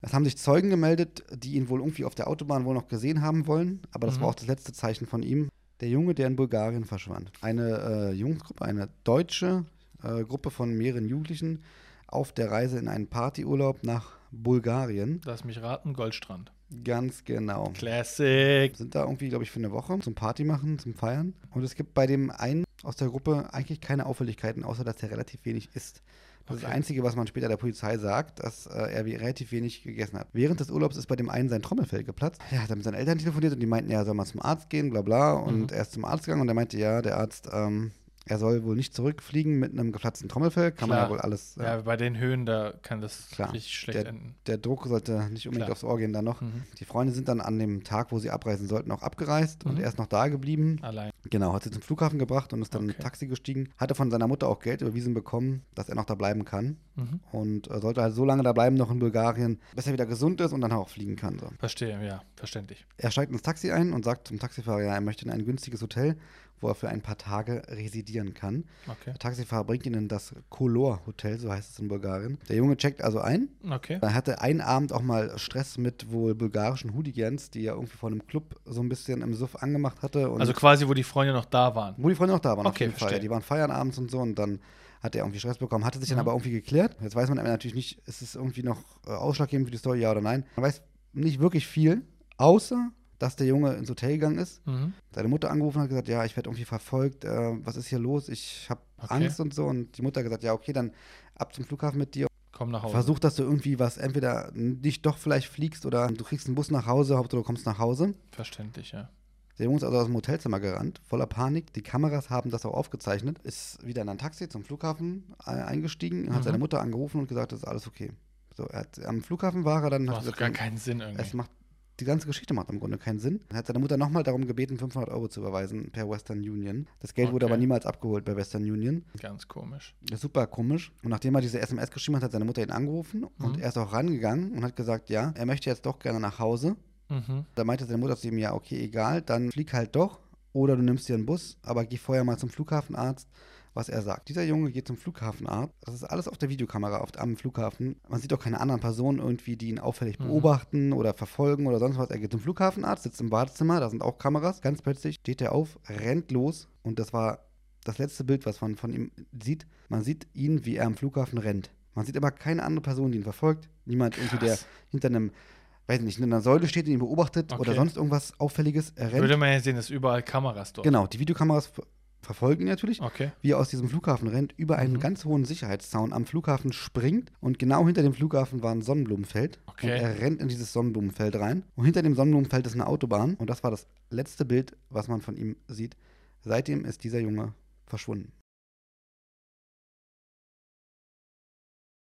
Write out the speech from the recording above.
Es haben sich Zeugen gemeldet, die ihn wohl irgendwie auf der Autobahn wohl noch gesehen haben wollen, aber das Mhm. war auch das letzte Zeichen von ihm. Der Junge, der in Bulgarien verschwand. Eine äh, Jungsgruppe, eine deutsche äh, Gruppe von mehreren Jugendlichen auf der Reise in einen Partyurlaub nach Bulgarien. Lass mich raten, Goldstrand. Mhm. Ganz genau. Classic. Sind da irgendwie, glaube ich, für eine Woche zum Party machen, zum Feiern. Und es gibt bei dem einen aus der Gruppe eigentlich keine Auffälligkeiten, außer dass er relativ wenig isst. Das ist das Okay. Einzige, was man später der Polizei sagt, dass äh, er wie- relativ wenig gegessen hat. Während des Urlaubs ist bei dem einen sein Trommelfell geplatzt. Er hat dann mit seinen Eltern telefoniert und die meinten, er soll mal zum Arzt gehen, bla bla. Und Mhm. er ist zum Arzt gegangen und er meinte, ja, der Arzt, ähm, er soll wohl nicht zurückfliegen mit einem geplatzten Trommelfell. Kann man Klar. ja wohl alles. äh, Ja, bei den Höhen, da kann das Klar. richtig schlecht Der- enden. der Druck sollte nicht unbedingt Klar. aufs Ohr gehen dann noch. Mhm. Die Freunde sind dann an dem Tag, wo sie abreisen sollten, auch abgereist und Mhm. er ist noch da geblieben. Allein. Genau, hat sie zum Flughafen gebracht und ist dann in ein Okay. Taxi gestiegen. Hatte von seiner Mutter auch Geld überwiesen bekommen, dass er noch da bleiben kann. Mhm. Und äh, sollte halt so lange da bleiben, noch in Bulgarien, bis er wieder gesund ist und dann auch fliegen kann. So. Verstehe, ja, verständlich. Er steigt ins Taxi ein und sagt zum Taxifahrer, ja, er möchte in ein günstiges Hotel, wo er für ein paar Tage residieren kann. Okay. Der Taxifahrer bringt ihn in das Kolor Hotel, so heißt es in Bulgarien. Der Junge checkt also ein Okay. er hatte einen Abend auch mal Stress mit wohl bulgarischen Hooligans, die er irgendwie vor einem Club so ein bisschen im Suff angemacht hatte. Und Also quasi, wo die Freunde noch da waren. wo die Freunde noch da waren. auf Okay, jeden Fall. verstehe. Die waren feiern abends und so und dann hat er irgendwie Stress bekommen, hatte sich dann Mhm. aber irgendwie geklärt. Jetzt weiß man aber natürlich nicht, ist es irgendwie noch äh, ausschlaggebend für die Story, ja oder nein. Man weiß nicht wirklich viel, außer, dass der Junge ins Hotel gegangen ist, Mhm. seine Mutter angerufen hat, gesagt, ja, ich werde irgendwie verfolgt, äh, was ist hier los, ich habe Okay. Angst und so. Und die Mutter hat gesagt, ja, okay, dann ab zum Flughafen mit dir Komm nach Hause. Versuch, dass du irgendwie was, entweder nicht doch vielleicht fliegst oder du kriegst einen Bus nach Hause, Hauptsache du kommst nach Hause. Verständlich, ja. Der Junge ist also aus dem Hotelzimmer gerannt, voller Panik. Die Kameras haben das auch aufgezeichnet. Ist wieder in ein Taxi zum Flughafen äh, eingestiegen, hat Mhm. seine Mutter angerufen und gesagt, es ist alles okay. So, er hat, am Flughafen war er dann, hat Macht doch gesagt, gar keinen Sinn es irgendwie. macht, die ganze Geschichte macht im Grunde keinen Sinn. Dann hat seine Mutter nochmal darum gebeten, 500 Euro zu überweisen per Western Union. Das Geld wurde Okay. aber niemals abgeholt bei Western Union. Ganz komisch. Das ist super komisch. Und nachdem er diese SMS geschrieben hat, hat seine Mutter ihn angerufen und Mhm. er ist auch rangegangen und hat gesagt, ja, er möchte jetzt doch gerne nach Hause. Mhm. Da meinte seine Mutter zu ihm, ja, okay, egal, dann flieg halt doch oder du nimmst dir einen Bus, aber geh vorher mal zum Flughafenarzt, was er sagt. Dieser Junge geht zum Flughafenarzt. Das ist alles auf der Videokamera oft am Flughafen. Man sieht auch keine anderen Personen irgendwie, die ihn auffällig Mhm. beobachten oder verfolgen oder sonst was. Er geht zum Flughafenarzt, sitzt im Badezimmer, da sind auch Kameras. Ganz plötzlich steht er auf, rennt los und das war das letzte Bild, was man von ihm sieht. Man sieht ihn, wie er am Flughafen rennt. Man sieht aber keine andere Person, die ihn verfolgt. Niemand irgendwie, der Krass. hinter einem, weiß nicht, hinter einer Säule steht und ihn beobachtet oder Okay. sonst irgendwas Auffälliges. Er rennt. Würde man ja sehen, dass überall Kameras dort. genau, die Videokameras ver- verfolgen ihn natürlich, Okay. wie er aus diesem Flughafen rennt, über einen Ah. Mhm. ganz hohen Sicherheitszaun am Flughafen springt und genau hinter dem Flughafen war ein Sonnenblumenfeld. Und Okay. er rennt in dieses Sonnenblumenfeld rein und hinter dem Sonnenblumenfeld ist eine Autobahn und das war das letzte Bild, was man von ihm sieht. Seitdem ist dieser Junge verschwunden.